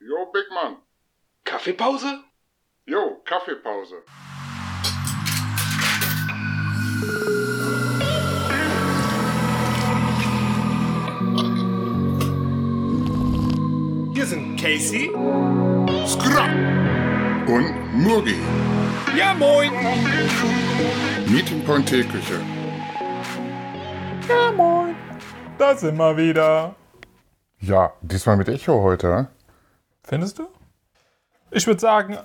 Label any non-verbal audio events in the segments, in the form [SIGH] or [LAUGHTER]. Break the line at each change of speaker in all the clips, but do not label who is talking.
Jo, Big Mann.
Kaffeepause?
Jo, Kaffeepause.
Hier sind Casey.
Und Murgi.
Ja, moin.
Meeting Point Teeküche.
Ja, moin. Da sind wir wieder.
Ja, diesmal mit Echo heute.
Findest du? Ich würde sagen,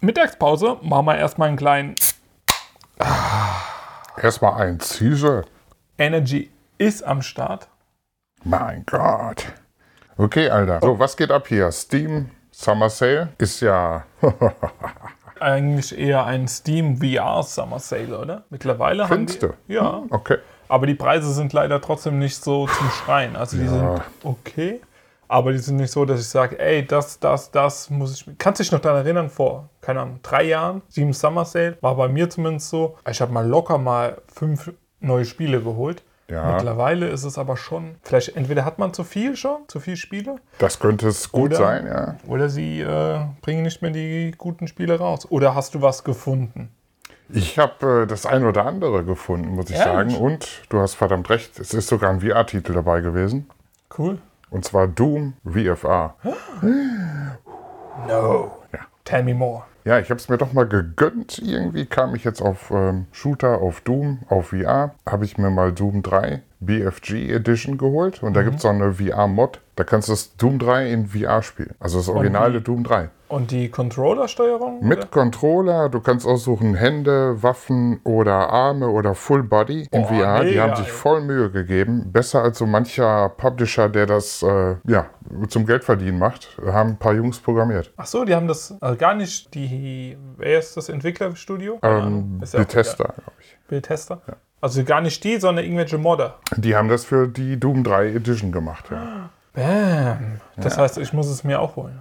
Mittagspause machen wir erstmal einen kleinen
Erstmal ein Ziesel.
Energy ist am Start.
Mein Gott. Okay, Alter. So, was geht ab hier? Steam Summer Sale ist ja [LAUGHS]
Eigentlich eher ein Steam VR Summer Sale, oder? Mittlerweile
Findest
haben
du? Hm,
die, Ja.
okay.
Aber die Preise sind leider trotzdem nicht so zum Schreien. Also die sind okay, aber die sind nicht so, dass ich sage, ey, das, das, das muss ich. Kannst dich noch daran erinnern, vor, keine Ahnung, drei Jahren, sieben Summer Sale, war bei mir zumindest so. Ich habe mal locker mal fünf neue Spiele geholt.
Ja.
Mittlerweile ist es aber schon, vielleicht entweder hat man zu viel schon, zu viele Spiele,
Das könnte es gut
Oder-
sein, ja.
oder sie äh, bringen nicht mehr die guten Spiele raus. Oder hast du was gefunden?
Ich habe äh, das ein oder andere gefunden, muss ich
Ehrlich?
sagen. Und du hast verdammt recht, es ist sogar ein VR-Titel dabei gewesen.
Cool.
Und zwar Doom VFR.
No. Tell me more.
Ja, ich habe es mir doch mal gegönnt. Irgendwie kam ich jetzt auf ähm, Shooter, auf Doom, auf VR. Habe ich mir mal Doom 3 BFG Edition geholt. Und da
Mhm.
gibt's so eine VR-Mod. Da kannst du das Doom 3 in VR spielen. Also das originale Doom 3.
Und die Controller-Steuerung?
Mit
Mhm. oder?
Controller, du kannst aussuchen Hände, Waffen oder Arme oder Full Body in
Boah,
VR. Die
mega,
haben sich
ey.
voll Mühe gegeben. Besser als so mancher Publisher, der das äh, ja, zum Geldverdienen macht. Haben ein paar Jungs programmiert.
Ach so, die haben das also gar nicht. Die, wer ist das Entwicklerstudio? Keine
Ähm,
Ahnung, ist ja auch
Bethesda, glaube ich.
egal. Bethesda. Also gar nicht die, sondern irgendwelche Modder.
Die haben das für die Doom 3 Edition gemacht. Ja,
Ah, Bam. Das heißt, ich muss es mir auch holen.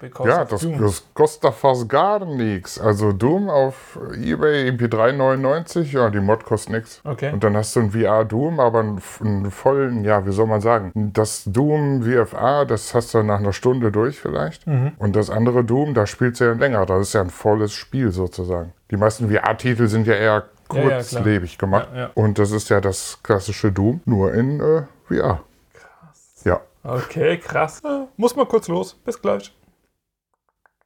Because
ja
of
das,
Doom.
das kostet da fast gar nichts. Also Doom auf eBay irgendwie 3,99. Ja, die Mod kostet nichts.
Okay.
Und dann hast du ein VR-Doom, aber einen, f- einen vollen, ja, wie soll man sagen, das Doom VFA, das hast du nach einer Stunde durch vielleicht.
Mhm.
Und das andere Doom, da spielst du ja länger. Das ist ja ein volles Spiel sozusagen. Die meisten VR-Titel sind ja eher
Ja, ja, klar.
kurzlebig gemacht.
Ja, ja.
Und das ist ja das klassische Doom, nur in äh, VR. Krass. Ja.
Okay, krass. Äh, Muss mal kurz los. Bis gleich.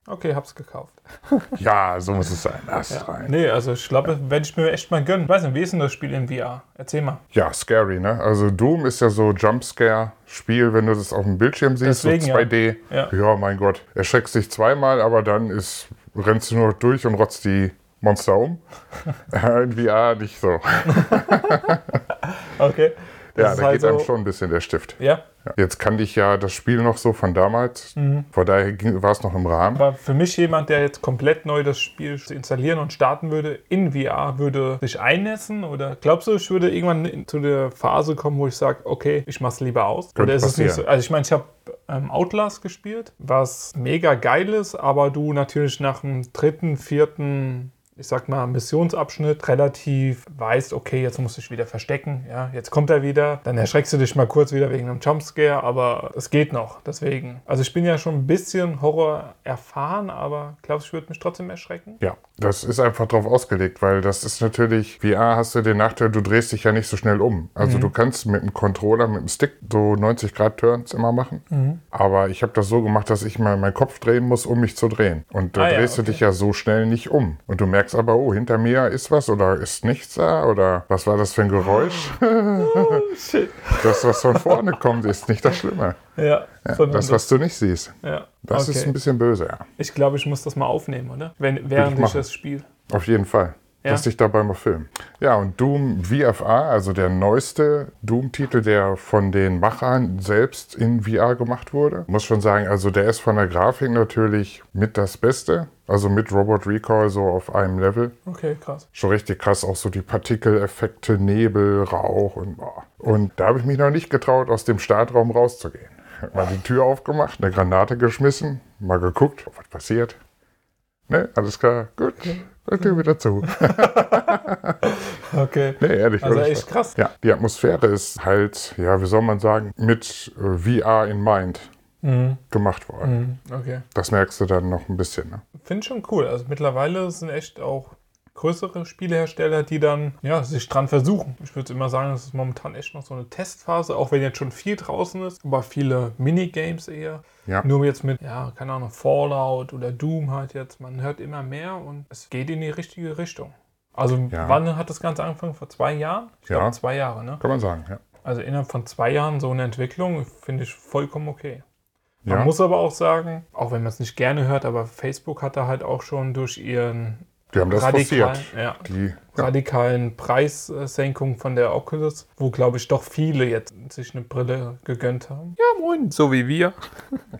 Okay, hab's gekauft.
Ja, so muss es sein. Lass rein.
Nee, also ich glaube, werde ich mir echt mal gönnen. Weiß nicht, wie ist denn das Spiel in VR? Erzähl mal.
Ja, scary, ne? Also Doom ist ja so Jumpscare-Spiel, wenn du das auf dem Bildschirm siehst, so
Deswegen, ja.
2D.
Ja.
mein Gott. Erschreckst dich zweimal, aber dann ist, rennst du nur durch und rotzt die Monster
[LAUGHS]
um. [LAUGHS] In VR nicht so.
Okay.
Ja,
ist
da
halt
geht einem
so-
schon ein bisschen der Stift.
Ja,
Ja. Jetzt kannte ich ja das Spiel noch so von damals.
Mhm.
Von daher ging- war es noch im Rahmen.
Aber für mich jemand, der jetzt komplett neu das Spiel installieren und starten würde in VR, würde sich einnässen? Oder glaubst du, ich würde irgendwann in- zu der Phase kommen, wo ich sage, okay, ich mach's lieber aus?
Könnte
oder ist es nicht
passieren.
so? Also ich meine, ich habe ähm, Outlast gespielt, was mega geil ist, aber du natürlich nach dem dritten, vierten ich sag mal, Missionsabschnitt relativ weißt, okay, jetzt musst du dich wieder verstecken, ja, jetzt kommt er wieder, dann erschreckst du dich mal kurz wieder wegen einem Jumpscare, aber es geht noch, deswegen. Also ich bin ja schon ein bisschen Horror erfahren, aber glaubst du, ich würde mich trotzdem erschrecken?
Ja, das ist einfach drauf ausgelegt, weil das ist natürlich, VR hast du den Nachteil, du drehst dich ja nicht so schnell um. Also
Mhm.
du kannst mit dem Controller, mit dem Stick so 90 Grad Turns immer machen.
Mhm.
Aber ich habe das so gemacht, dass ich mal meinen Kopf drehen muss, um mich zu drehen. Und da
Ah ja,
drehst du
okay.
dich ja so schnell nicht um. Und du merkst aber, oh, hinter mir ist was oder ist nichts da oder was war das für ein
[LAUGHS]
Geräusch? Oh,
Shit.
das, was von vorne kommt, ist nicht das Schlimme.
Ja, sondern
Das, was du nicht siehst.
ja.
Das
okay.
ist ein bisschen böse, ja.
Ich glaube, ich muss das mal aufnehmen, oder? Wenn, während ich,
machen.
das Spiel.
Auf jeden Fall.
Ja.
Lass dich dabei mal filmen. Ja, und Doom VFA, also der neueste Doom-Titel, der von den Machern selbst in VR gemacht wurde. Muss schon sagen, also der ist von der Grafik natürlich mit das Beste. Also mit Robot Recall so auf einem Level.
Okay, krass.
Schon richtig krass, auch so die Partikeleffekte, Nebel, Rauch und boah. Und da habe ich mich noch nicht getraut, aus dem Startraum rauszugehen. Hab Mal die Tür aufgemacht, eine Granate geschmissen, mal geguckt, ob was passiert. Ne, alles klar, gut, dann Tür wieder zu.
Okay.
Nee, ehrlich,
Also
ohne
echt
Spaß.
krass.
Ja, die Atmosphäre ist halt, ja, wie soll man sagen, mit äh, VR in mind. gemacht
Mhm.
worden.
Okay.
Das merkst du dann noch ein bisschen. Ne?
Finde ich schon cool. Also mittlerweile sind echt auch größere Spielehersteller, die dann ja, sich dran versuchen. Ich würde immer sagen, das ist momentan echt noch so eine Testphase, auch wenn jetzt schon viel draußen ist, aber viele Minigames eher.
Ja.
Nur jetzt mit, ja, keine Ahnung, Fallout oder Doom halt jetzt. Man hört immer mehr und es geht in die richtige Richtung. Also
Ja.
wann hat das Ganze angefangen? Vor zwei Jahren? Ich glaube
Ja.
zwei Jahre, ne?
Kann man sagen, ja.
Also innerhalb von zwei Jahren so eine Entwicklung finde ich vollkommen okay. Man
Ja.
muss aber auch sagen, auch wenn man es nicht gerne hört, aber Facebook hat da halt auch schon durch ihren
Die haben das
radikalen,
forciert.
ja,
Die,
radikalen Preissenkung von der Oculus, wo glaube ich doch viele jetzt sich eine Brille gegönnt haben.
Ja, moin, so wie wir.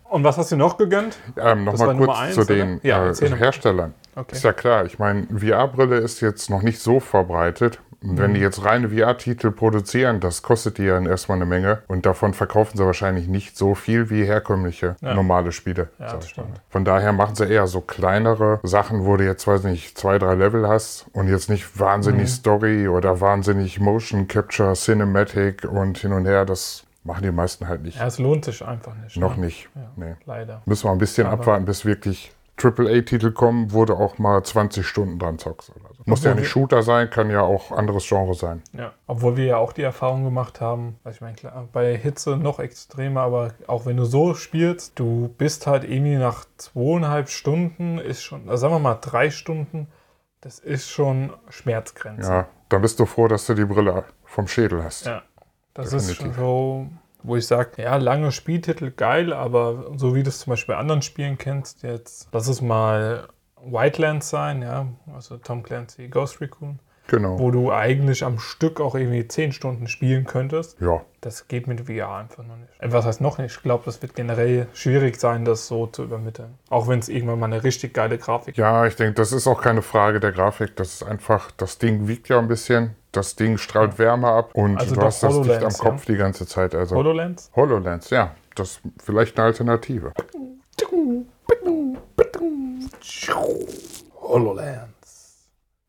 Und was hast du noch gegönnt?
ähm,
Das war
Nochmal
Nummer
kurz
eins,
zu
oder?
den
Ja, erzähl
äh,
mal.
Herstellern.
Okay.
Ist ja klar, ich meine, VR-Brille ist jetzt noch nicht so verbreitet. Und
Mhm.
wenn die jetzt reine VR-Titel produzieren, das kostet die ja erstmal eine Menge. Und davon verkaufen sie wahrscheinlich nicht so viel wie herkömmliche normale Spiele.
Ja,
sag
das
ich mal.
stimmt.
Von daher machen sie eher so kleinere Sachen, wo du jetzt, weiß nicht, zwei, drei Level hast und jetzt nicht
Mhm.
wahnsinnig Story oder wahnsinnig Motion Capture, Cinematic und hin und her. Das machen die meisten halt nicht.
Ja, es lohnt sich einfach nicht.
Noch
ne?
nicht.
Ja,
Nee.
Leider.
Müssen wir ein bisschen abwarten, bis wirklich AAA-Titel kommen, wo du auch mal 20 Stunden dran zockst. Oder so. Muss ja
Obwohl
nicht
wir-
Shooter sein, kann ja auch anderes Genre sein.
Ja. Obwohl wir ja auch die Erfahrung gemacht haben, also ich meine, klar, bei Hitze noch extremer, aber auch wenn du so spielst, du bist halt irgendwie nach zweieinhalb Stunden, ist schon, also sagen wir mal drei Stunden, das ist schon Schmerzgrenze.
Ja, dann bist du froh, dass du die Brille vom Schädel hast.
Ja, das ist schon
Definitiv.
so, wo ich sage, ja, lange Spieltitel, geil, aber so wie du es zum Beispiel bei anderen Spielen kennst, jetzt, lass es mal Whitelands sein, ja, also Tom Clancy, Ghost Recon,
Genau.
wo du eigentlich am Stück auch irgendwie zehn Stunden spielen könntest,
Ja,
das geht mit VR einfach noch nicht. Äh, Was heißt noch nicht? Ich glaube, das wird generell schwierig sein, das so zu übermitteln. Auch wenn es irgendwann mal eine richtig geile Grafik
ja ich denke, das ist auch keine Frage der Grafik. Das ist einfach, das Ding wiegt ja ein bisschen, das Ding strahlt Wärme ab und
Also
du
doch
hast das dicht am
HoloLens,
Kopf die ganze Zeit. Also
HoloLens?
HoloLens, ja. Das ist vielleicht eine Alternative.
HoloLens.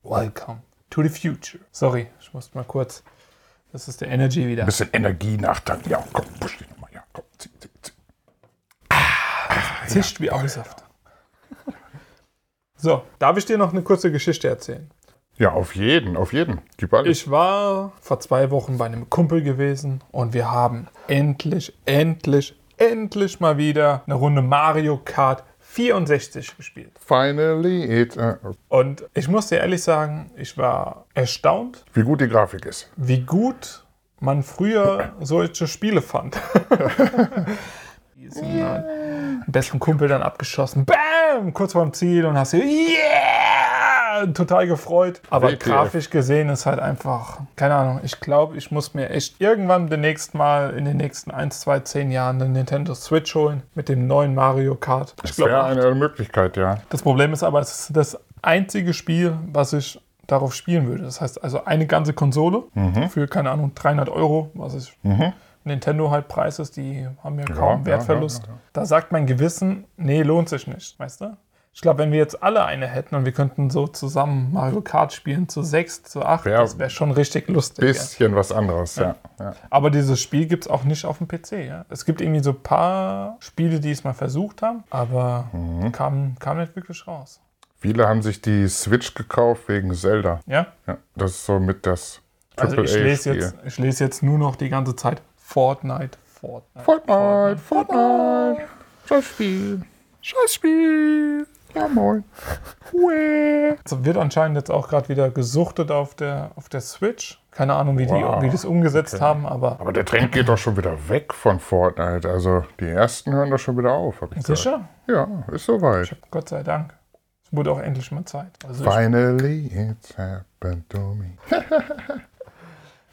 Welcome to the future. Sorry, ich muss mal kurz. Das ist der Energy wieder.
Ein bisschen Energie nachtanken. Ja, komm, push dich nochmal. Ja, komm, zieh, zieh, zieh.
Zischt wie Augensaft. So, darf ich dir noch eine kurze Geschichte erzählen?
Ja, auf jeden, auf jeden. Gib alles.
Ich war vor zwei Wochen bei einem Kumpel gewesen und wir haben endlich, endlich, endlich mal wieder eine Runde Mario Kart 64 gespielt.
Finally it. Äh,
Und ich muss dir ehrlich sagen, ich war erstaunt,
wie gut die Grafik ist.
wie gut man früher solche Spiele [LAUGHS] fand. Diesen äh, besten Kumpel dann abgeschossen, bam, kurz vorm Ziel und hast dir, yeah, total gefreut. Aber
WTF.
grafisch gesehen ist halt einfach, keine Ahnung, ich glaube, ich muss mir echt irgendwann demnächst mal in den nächsten 1, 2, 10 Jahren eine Nintendo Switch holen mit dem neuen Mario Kart. Ich
Das wäre
glaube,
eine Möglichkeit, ja.
das Problem ist aber, es ist das einzige Spiel, was ich darauf spielen würde. Das heißt also eine ganze Konsole
Mhm.
für, keine Ahnung, 300 Euro, was ich Nintendo halt Preis ist, die haben ja kaum
ja,
Wertverlust. Da sagt mein Gewissen, nee, lohnt sich nicht, weißt du? Ich glaube, wenn wir jetzt alle eine hätten und wir könnten so zusammen Mario Kart spielen, zu sechs, zu acht,
Wär-
das wäre schon richtig lustig. ja.
Bisschen was anderes, ja. ja.
Aber dieses Spiel gibt es auch nicht auf dem PC. Ja? Es gibt irgendwie so ein paar Spiele, die es mal versucht haben, aber
Mhm.
kam, kam nicht wirklich raus.
Viele haben sich die Switch gekauft wegen Zelda.
Ja?
Ja, das ist so mit das
Also ich lese,
AAA-Spiel.
jetzt, ich lese jetzt nur noch die ganze Zeit Fortnite, Fortnite.
Fortnite, Fortnite. Scheiß Spiel. Scheiß Spiel. Ja, moin. Ue.
Also wird anscheinend jetzt auch gerade wieder gesuchtet auf der, auf der Switch. Keine Ahnung, wie
Wow.
die wie die es umgesetzt haben, aber
Aber der Trend geht doch schon wieder weg von Fortnite. Also die ersten hören doch schon wieder auf, hab ich gesagt.
sicher.
Ja, ist soweit.
Gott sei Dank. Es wurde auch endlich mal Zeit. Also ich,
Finally it's happened to me.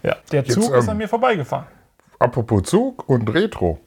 ja, der Zug ist
ähm,
an mir vorbeigefahren.
Apropos Zug und Retro.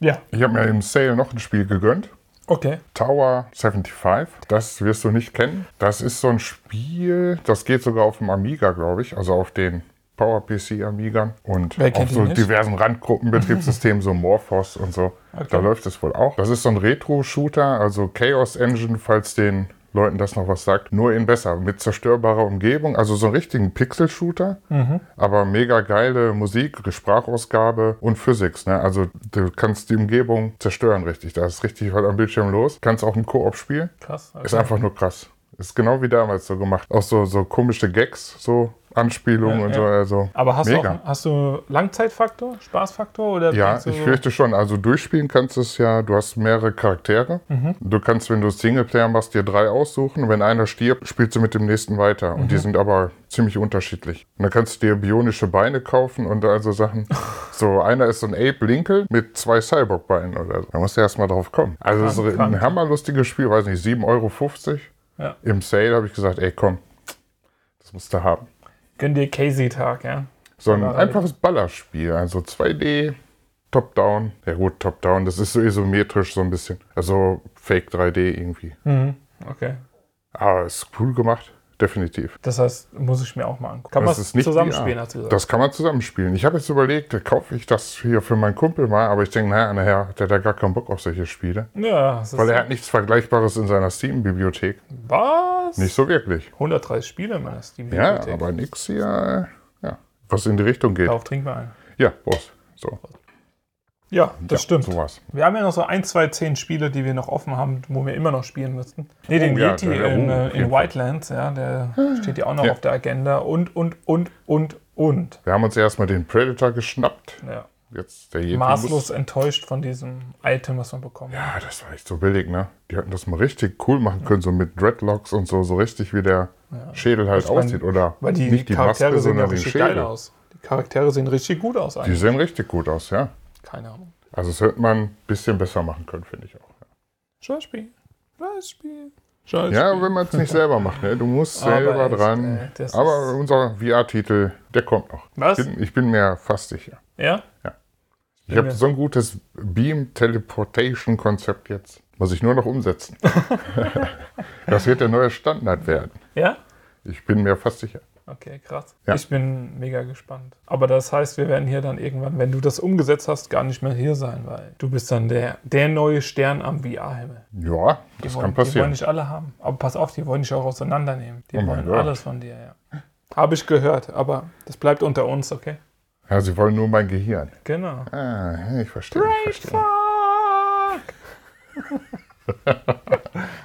Ja,
Ich habe mir im Sale noch ein Spiel gegönnt.
okay.
Tower 75. Das wirst du nicht kennen. Das ist so ein Spiel, das geht sogar auf dem Amiga, glaube ich. Also auf den PowerPC Amigern und
Wer kennt
auf so
ihn nicht?
diversen Randgruppenbetriebssystemen, so Morphos und so. Da läuft es wohl auch. Das ist so ein Retro-Shooter, also Chaos Engine, falls den Leuten das noch was sagt, nur in besser, mit zerstörbarer Umgebung, also so einen richtigen Pixel-Shooter,
Mhm.
aber mega geile Musik, Sprachausgabe und Physics. Ne? Also du kannst die Umgebung zerstören richtig, da ist richtig was am Bildschirm los. Kannst auch im Koop spielen,
Krass.
ist einfach nur krass. Ist genau wie damals so gemacht. Auch so, so komische Gags, so Anspielungen
Ja,
und
ja.
so. Also
Aber hast
mega.
du auch, hast du Langzeitfaktor, Spaßfaktor oder
Ja,
denkst du
ich
so-
fürchte schon. Also durchspielen kannst du es ja, du hast mehrere Charaktere.
Mhm.
Du kannst, wenn du Singleplayer machst, dir drei aussuchen. Wenn einer stirbt, spielst du mit dem nächsten weiter. Und die
Mhm.
sind aber ziemlich unterschiedlich. Und dann kannst du dir bionische Beine kaufen und also
[LAUGHS]
Sachen. so, einer ist so ein Abe Lincoln mit zwei Cyborg-Beinen oder so. Da musst du erst mal drauf kommen. Also es ist
Krank,
ein
krank.
hammerlustiges Spiel, weiß nicht, 7,50 Euro.
Ja.
Im Sale habe ich gesagt, ey komm, das musst du haben.
Gönn dir Casey-Tag, ja?
So ein
Baller- halt.
einfaches Ballerspiel, also 2D, Top-Down. Ja gut, Top-Down, das ist so isometrisch so ein bisschen. Also Fake 3D irgendwie.
Hm. Okay.
Aber ist cool gemacht, definitiv.
Das heißt, muss ich mir auch mal angucken. Kann man
Das
es
nicht
zusammenspielen,
VR.
hast du gesagt.
Das kann man zusammenspielen. Ich habe jetzt überlegt, kaufe ich das hier für meinen Kumpel mal, aber ich denke, naja, nachher hat er da gar keinen Bock auf solche Spiele.
ja, das
Weil
ist
er hat nichts Vergleichbares in seiner Steam-Bibliothek.
was?
Nicht so wirklich.
130 Spiele in meiner
Ja,
Steam-Bibliothek.
aber nix hier, äh, ja, was in die Richtung geht.
Darauf trinken wir ein.
Ja, Prost. So,
Ja, das
ja,
stimmt.
Sowas.
Wir haben ja noch so ein, zwei, zehn Spiele, die wir noch offen haben, wo wir immer noch spielen müssten. Ne, den
Oh, ja,
Yeti
der- oh,
in, äh,
auf
in
jeden
Whitelands, ja, der steht ja auch noch
Ja.
auf der Agenda. Und, und, und, und, und.
Wir haben uns erstmal den Predator geschnappt.
Ja.
Jetzt der Yeti
Maßlos
Muss,
enttäuscht von diesem Item, was man bekommen hat.
ah, das war echt so billig, ne? Die hätten das mal richtig cool machen können, so mit Dreadlocks und so, so richtig wie der Schädel halt
Ich mein,
aussieht. Oder
Weil die
nicht die
Charaktere
Maske,
sehen ja
sondern den
richtig
Schädel.
geil aus. Die Charaktere sehen richtig gut aus
Die
eigentlich.
sehen richtig gut aus, ja.
Keine Ahnung.
Also das hätte man ein bisschen besser machen können, finde ich auch.
Schauspiel. Schauspiel. Schauspiel.
Ja, wenn man es nicht selber macht, ne? Du musst
Aber
selber
echt, ey,
dran.
das
Aber
ist-
unser VR-Titel, der kommt noch.
Was?
Bin, ich bin mir fast sicher.
Ja?
Ich habe so ein gutes Beam-Teleportation-Konzept jetzt. Muss ich nur noch
[LAUGHS]
umsetzen. das wird der neue Standard werden.
Ja?
Ich bin mir fast sicher.
Okay, krass.
Ja.
Ich bin mega gespannt. Aber das heißt, wir werden hier dann irgendwann, wenn du das umgesetzt hast, gar nicht mehr hier sein, weil du bist dann der, der neue Stern am VR-Himmel.
Ja, das kann
Die wollen
passieren.
nicht alle haben. Aber pass auf, die wollen dich auch auseinandernehmen. Die
Oh mein
wollen
Gott.
alles von dir, ja. Habe ich gehört, aber das bleibt unter uns, okay?
Ja, sie wollen nur mein Gehirn. [LAUGHS]
Genau.
Ah, ich verstehe. Ich verstehe.
Fuck!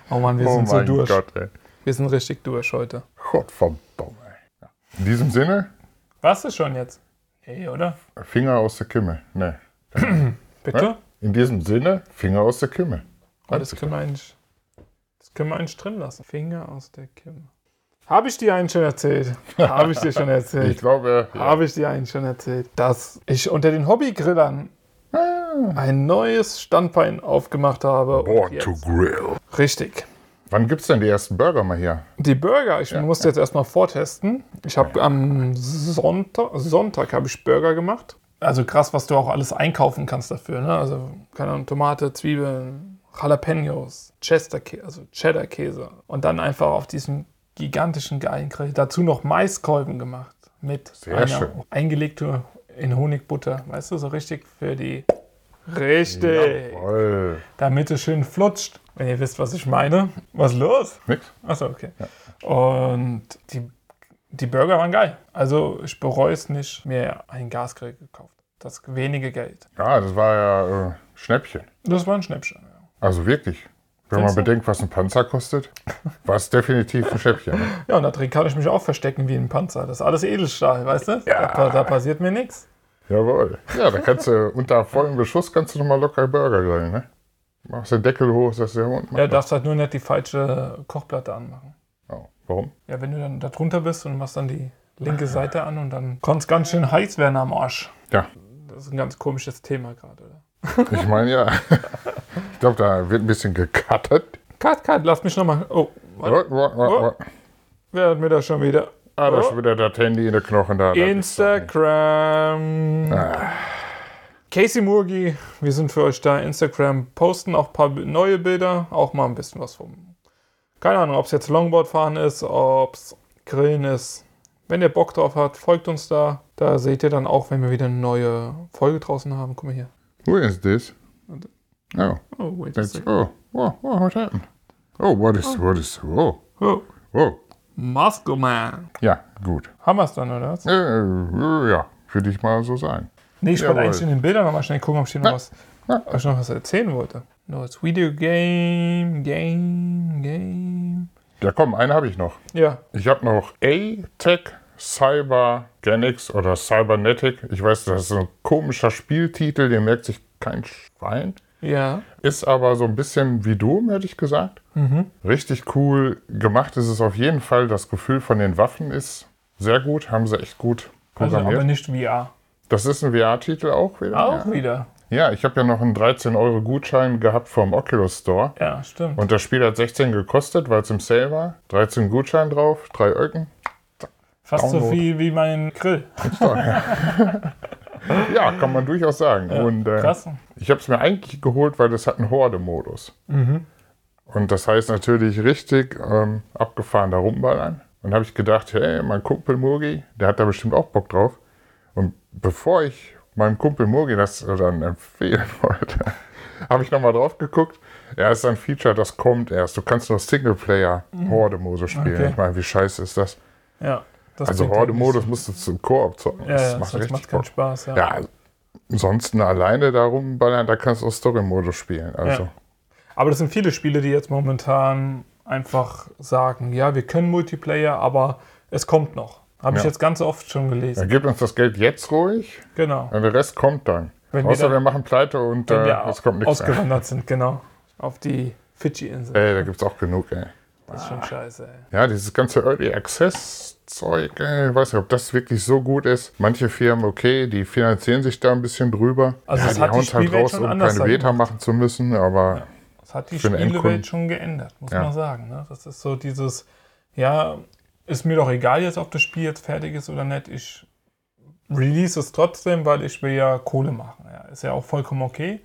oh Mann, wir
Oh
sind so
mein
durch.
Gott, ey.
Wir sind richtig durch heute.
Gott vom Baum, ey. Ja. In diesem Sinne,
Warst du schon jetzt? Nee, oder?
Finger aus der Kimme. Ne.
Bitte?
In diesem Sinne, Finger aus der Kimme.
Oh, das können wir eigentlich. Das können wir eigentlich drin lassen. Finger aus der Kimme. Habe ich dir einen schon erzählt? Habe ich dir schon
Ich
erzählt?
glaube, [LAUGHS] ja.
Habe ich dir einen schon erzählt, dass ich unter den Hobbygrillern ein neues Standbein aufgemacht habe. und
Ah. Born
jetzt-
to Grill.
Richtig.
Wann gibt's denn die ersten Burger mal hier?
Die Burger, ich musste jetzt erstmal vortesten. Ich habe am Sonntag, Sonntag habe ich Burger gemacht. Also krass, was du auch alles einkaufen kannst dafür. Ne? Also, keine Ahnung, Tomate, Zwiebeln, Jalapenos, Chesterkäse, also Cheddar-Käse. Und dann einfach auf diesem gigantischen geilen Grill. Dazu noch Maiskolben gemacht. Mit
Sehr
einer
schön.
eingelegte in Honigbutter. Weißt du, so richtig für die... Richtig.
Jawohl.
Damit es schön flutscht. Wenn ihr wisst, was ich meine. Was ist los?
Nix?
Achso, okay. Und die, die Burger waren geil. Also ich bereue es nicht, mir einen Gasgrill gekauft. Das wenige Geld.
Ja, das war ja äh, Schnäppchen.
Das war ein Schnäppchen. ja.
Also wirklich. Wenn man
Findest du?
bedenkt, was ein Panzer kostet, [LAUGHS] war es definitiv ein Schnäppchen. Ne?
Ja, und da drin kann ich mich auch verstecken wie ein Panzer. Das ist alles Edelstahl, weißt du? Da, pa- da passiert mir nichts.
Jawohl. Ja, da kannst du unter vollem Beschuss kannst du nochmal locker Burger grillen, ne? Machst den Deckel hoch, dass der Hund macht.
Ja, du darfst halt nur nicht die falsche Kochplatte anmachen.
Oh, warum?
Ja, wenn du dann da drunter bist und machst dann die linke Seite an und dann kann es ganz schön heiß werden am Arsch.
Ja,
Das ist ein ganz komisches Thema gerade, oder?
ich meine ja. Ich glaube, da wird ein bisschen gecuttet.
Kat, Kat, lass mich nochmal. Oh, warte,
Wa- wa- wa- wa-
wer hat mir das schon wieder?
Ah, da ist
Oh.
schon wieder das Handy in der Knochen da. Das ist doch nicht-
Instagram. Casey Murgi, wir sind für euch da. Instagram posten auch ein paar bi- neue Bilder, auch mal ein bisschen was vom. Keine Ahnung, ob es jetzt Longboard fahren ist, ob es Grillen ist. Wenn ihr Bock drauf habt, folgt uns da. Da seht ihr dann auch, wenn wir wieder eine neue Folge draußen haben. Guck mal hier.
Who is this? Oh,
Oh, wait a
that's,
second.
oh, what, what happened? Oh, what is, what is, oh,
Oh,
oh.
Moscow Man.
Ja, gut.
Haben wir es dann, oder was?
Äh, äh, ja, würde ich mal so sagen.
Nee, ich wollte
Jawohl.
eigentlich in den Bildern nochmal schnell gucken, ob ich dir noch was, ob ich noch was erzählen wollte. No, it's Video Game, Game, Game.
Ja, komm, einen habe ich noch.
Ja,
Ich habe noch A-Tech Cyberganics oder Cybernetic. Ich weiß, das ist so ein komischer Spieltitel, den merkt sich kein Schwein.
ja.
Ist aber so ein bisschen wie Doom, hätte ich gesagt.
Mhm.
Richtig cool gemacht ist es auf jeden Fall. Das Gefühl von den Waffen ist sehr gut, haben sie echt gut
Also,
programmiert.
aber nicht VR.
das ist ein VR-Titel auch wieder.
Auch wieder.
Ja, ich habe ja noch einen 13-Euro-Gutschein gehabt vom Oculus Store.
Ja, stimmt.
Und das Spiel hat 16 gekostet, weil es im Sale war. 13 Gutschein drauf, 3 Öcken.
Fast so
Download.
viel wie mein Grill.
Ja, kann man durchaus sagen. Und äh,
Krass.
ich habe es mir eigentlich geholt, weil das hat einen Horde-Modus.
Mhm.
Und das heißt natürlich richtig ähm, abgefahren da rumballern. Und habe ich gedacht, hey, mein Kumpel Murgi, der hat da bestimmt auch Bock drauf. Und bevor ich meinem Kumpel Murgi das dann empfehlen [LAUGHS] wollte, habe ich nochmal drauf geguckt. Er ist ein Feature, das kommt erst. Du kannst nur Singleplayer-Horde-Modus spielen.
Mhm. Okay.
Ich meine, wie scheiße ist das?
Ja. Das
Also
klingt halt nicht
Horde-Modus musst du zum Koop zocken.
so- Ja, ja, das macht keinen
Bock.
Spaß. Ja.
Ja, ansonsten alleine da rumballern, da kannst du auch Story-Modus spielen. Also,
Ja. Aber das sind viele Spiele, die jetzt momentan einfach sagen, ja, wir können Multiplayer, aber es kommt noch. Habe ich
Ja.
jetzt ganz oft schon gelesen.
dann gib uns das Geld jetzt ruhig
Genau.
und der Rest kommt dann.
Wenn wir
Außer wir,
dann-
machen Pleite und
Wenn
äh,
wir
es kommt nichts mehr. Äh.
ausgewandert sind, genau. Auf die Fidschi-Insel.
Ey, da gibt es auch genug, ey.
Das ist schon scheiße, ey.
Ja, dieses ganze Early Access Zeug, ey, ich weiß nicht, ob das wirklich so gut ist. Manche Firmen, okay, die finanzieren sich da ein bisschen drüber.
Also
ja,
es
die
hat die
hauen's halt
Spielwelt
raus,
schon
um
anders
keine Beta
gemacht.
machen zu müssen, aber
Das hat die
Für den Endkunden.
Spielewelt schon geändert, muss
Ja.
man sagen. Ne? Das ist so dieses, ja, ist mir doch egal jetzt, ob das Spiel jetzt fertig ist oder nicht. Ich release es trotzdem, weil ich will ja Kohle machen. Ja. Ist ja auch vollkommen okay.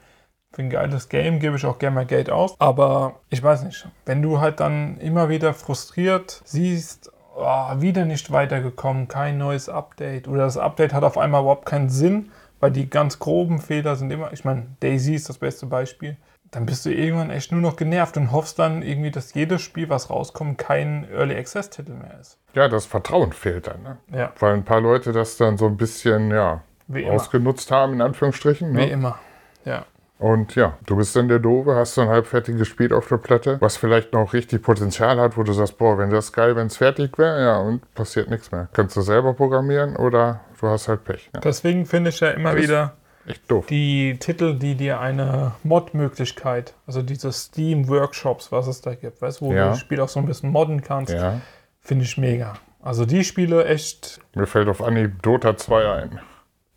Für ein geiles Game gebe ich auch gerne mal Geld aus. Aber ich weiß nicht, wenn du halt dann immer wieder frustriert siehst, oh, wieder nicht weitergekommen, kein neues Update oder das Update hat auf einmal überhaupt keinen Sinn, weil die ganz groben Fehler sind immer, ich meine, Daisy ist das beste Beispiel, dann bist du irgendwann echt nur noch genervt und hoffst dann irgendwie, dass jedes Spiel, was rauskommt, kein Early Access Titel mehr ist.
ja, das Vertrauen fehlt dann. Ne?
Ja,
Weil ein paar Leute das dann so ein bisschen, ja,
wie immer.
ausgenutzt haben, in Anführungsstrichen.
Wie
Ne?
immer. Ja.
Und ja, du bist dann der Doofe, hast so ein halbfertiges Spiel auf der Platte, was vielleicht noch richtig Potenzial hat, wo du sagst, boah, wenn das geil, wenn es fertig wäre, ja, und passiert nichts mehr. Kannst du selber programmieren oder du hast halt Pech. Ja,
Deswegen finde ich ja immer
Das-
wieder
echt doof.
die Titel, die dir eine Mod-Möglichkeit, also diese Steam-Workshops, was es da gibt, weißt du, wo
Ja.
du das Spiel auch so ein bisschen modden kannst,
Ja.
finde ich mega. Also die Spiele echt,
Mir fällt auf Anhieb Dota 2 ein.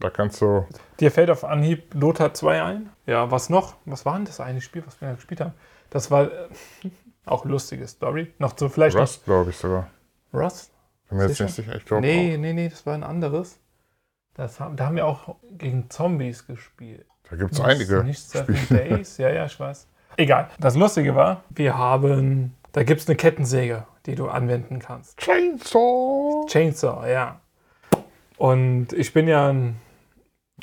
Da kannst du,
dir fällt auf Anhieb Dota 2 ein? Ja, was noch? Was war denn das eine Spiel, was wir da gespielt haben? Das war äh, [LAUGHS] auch lustige Story. Noch so vielleicht
Rust, glaube ich sogar.
noch Rust?
Bin mir jetzt
Sicher?
nicht sicher, ich glaube
Nee, nee, nee, das war ein anderes. Das haben, da haben wir auch gegen Zombies gespielt.
auch. Da gibt es
Das
einige.
ist Nicht Seven Days, ja, ja, ich weiß. Egal. Das Lustige war, wir haben, da gibt es eine Kettensäge, die du anwenden kannst.
Chainsaw!
Chainsaw, ja. Und ich bin ja ein,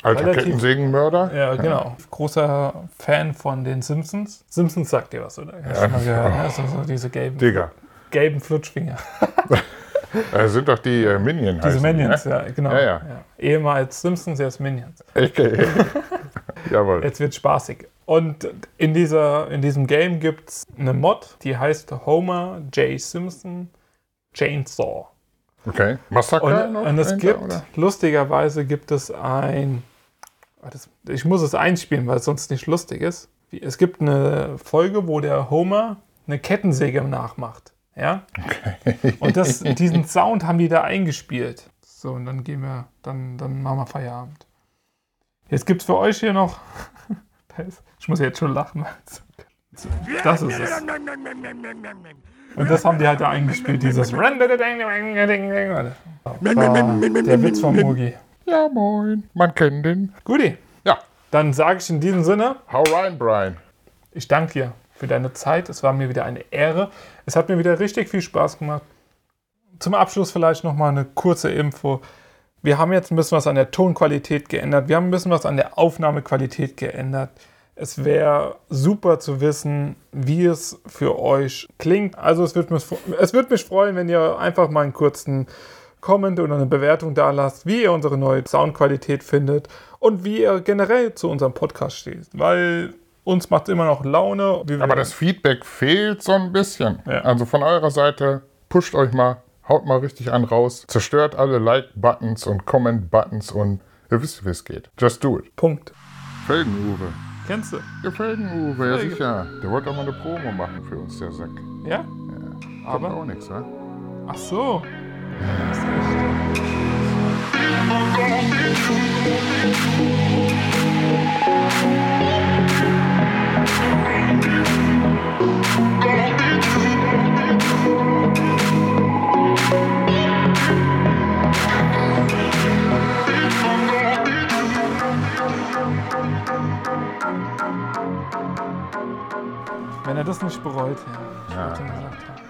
Alter
Relativ-
Kettensägenmörder.
ja, genau, großer Fan von den Simpsons. Simpsons sagt dir was, oder? Hast du schon mal gehört, ne? so, so diese gelben,
Digga.
gelben Flutschfinger.
Das sind doch die äh, Minion
Diese
heißen die, [LAUGHS]
Minions,
ne?
ja, genau.
Ja, ja.
Ehemals Simpsons, jetzt Minions.
Okay. [LAUGHS] Jawohl.
Jetzt wird spaßig. Und in, dieser, in diesem Game gibt es eine Mod, die heißt Homer J. Simpson Chainsaw.
Okay. Massaker
Und,
noch
und es
dahinter,
gibt,
oder?
lustigerweise gibt es ein, ah, das, ich muss es einspielen, weil es sonst nicht lustig ist. Wie- Es gibt eine Folge, wo der Homer eine Kettensäge nachmacht. Ja? Und das, diesen Sound haben die da eingespielt. So, und dann gehen wir, dann, dann machen wir Feierabend. Jetzt gibt es für euch hier noch, [LAUGHS] da ist- ich muss jetzt schon lachen. weil's- Das ist es. Und das haben die halt da eingespielt, dieses der Witz von Mugi.
Ja, moin. Man kennt den.
Guti,
Ja.
dann sage ich in diesem Sinne,
Hau rein, Brian.
ich danke dir für deine Zeit. Es war mir wieder eine Ehre. Es hat mir wieder richtig viel Spaß gemacht. Zum Abschluss vielleicht nochmal eine kurze Info. Wir haben jetzt ein bisschen was an der Tonqualität geändert. Wir haben ein bisschen was an der Aufnahmequalität geändert. Es wäre super zu wissen, wie es für euch klingt. Also es würde mich, es würd mich freuen, wenn ihr einfach mal einen kurzen Comment oder eine Bewertung da lasst, wie ihr unsere neue Soundqualität findet und wie ihr generell zu unserem Podcast steht. Weil uns macht immer noch Laune. wie wir-
Aber das Feedback fehlt so ein bisschen.
Ja.
Also von eurer Seite, pusht euch mal, haut mal richtig an raus, zerstört alle Like-Buttons und Comment-Buttons und ihr wisst, wie es geht. Just do it.
Punkt.
Felgen-Uwe.
Kennst du?
Der Felgen-Uwe, ja
Felgen.
sicher. Der wollte auch mal eine Promo machen für uns, der Sack.
Ja?
Kommt
Aber.
auch nichts, wa?
Ach so. Wenn er das nicht bereut, ja. Ich wollte mal gesagt haben.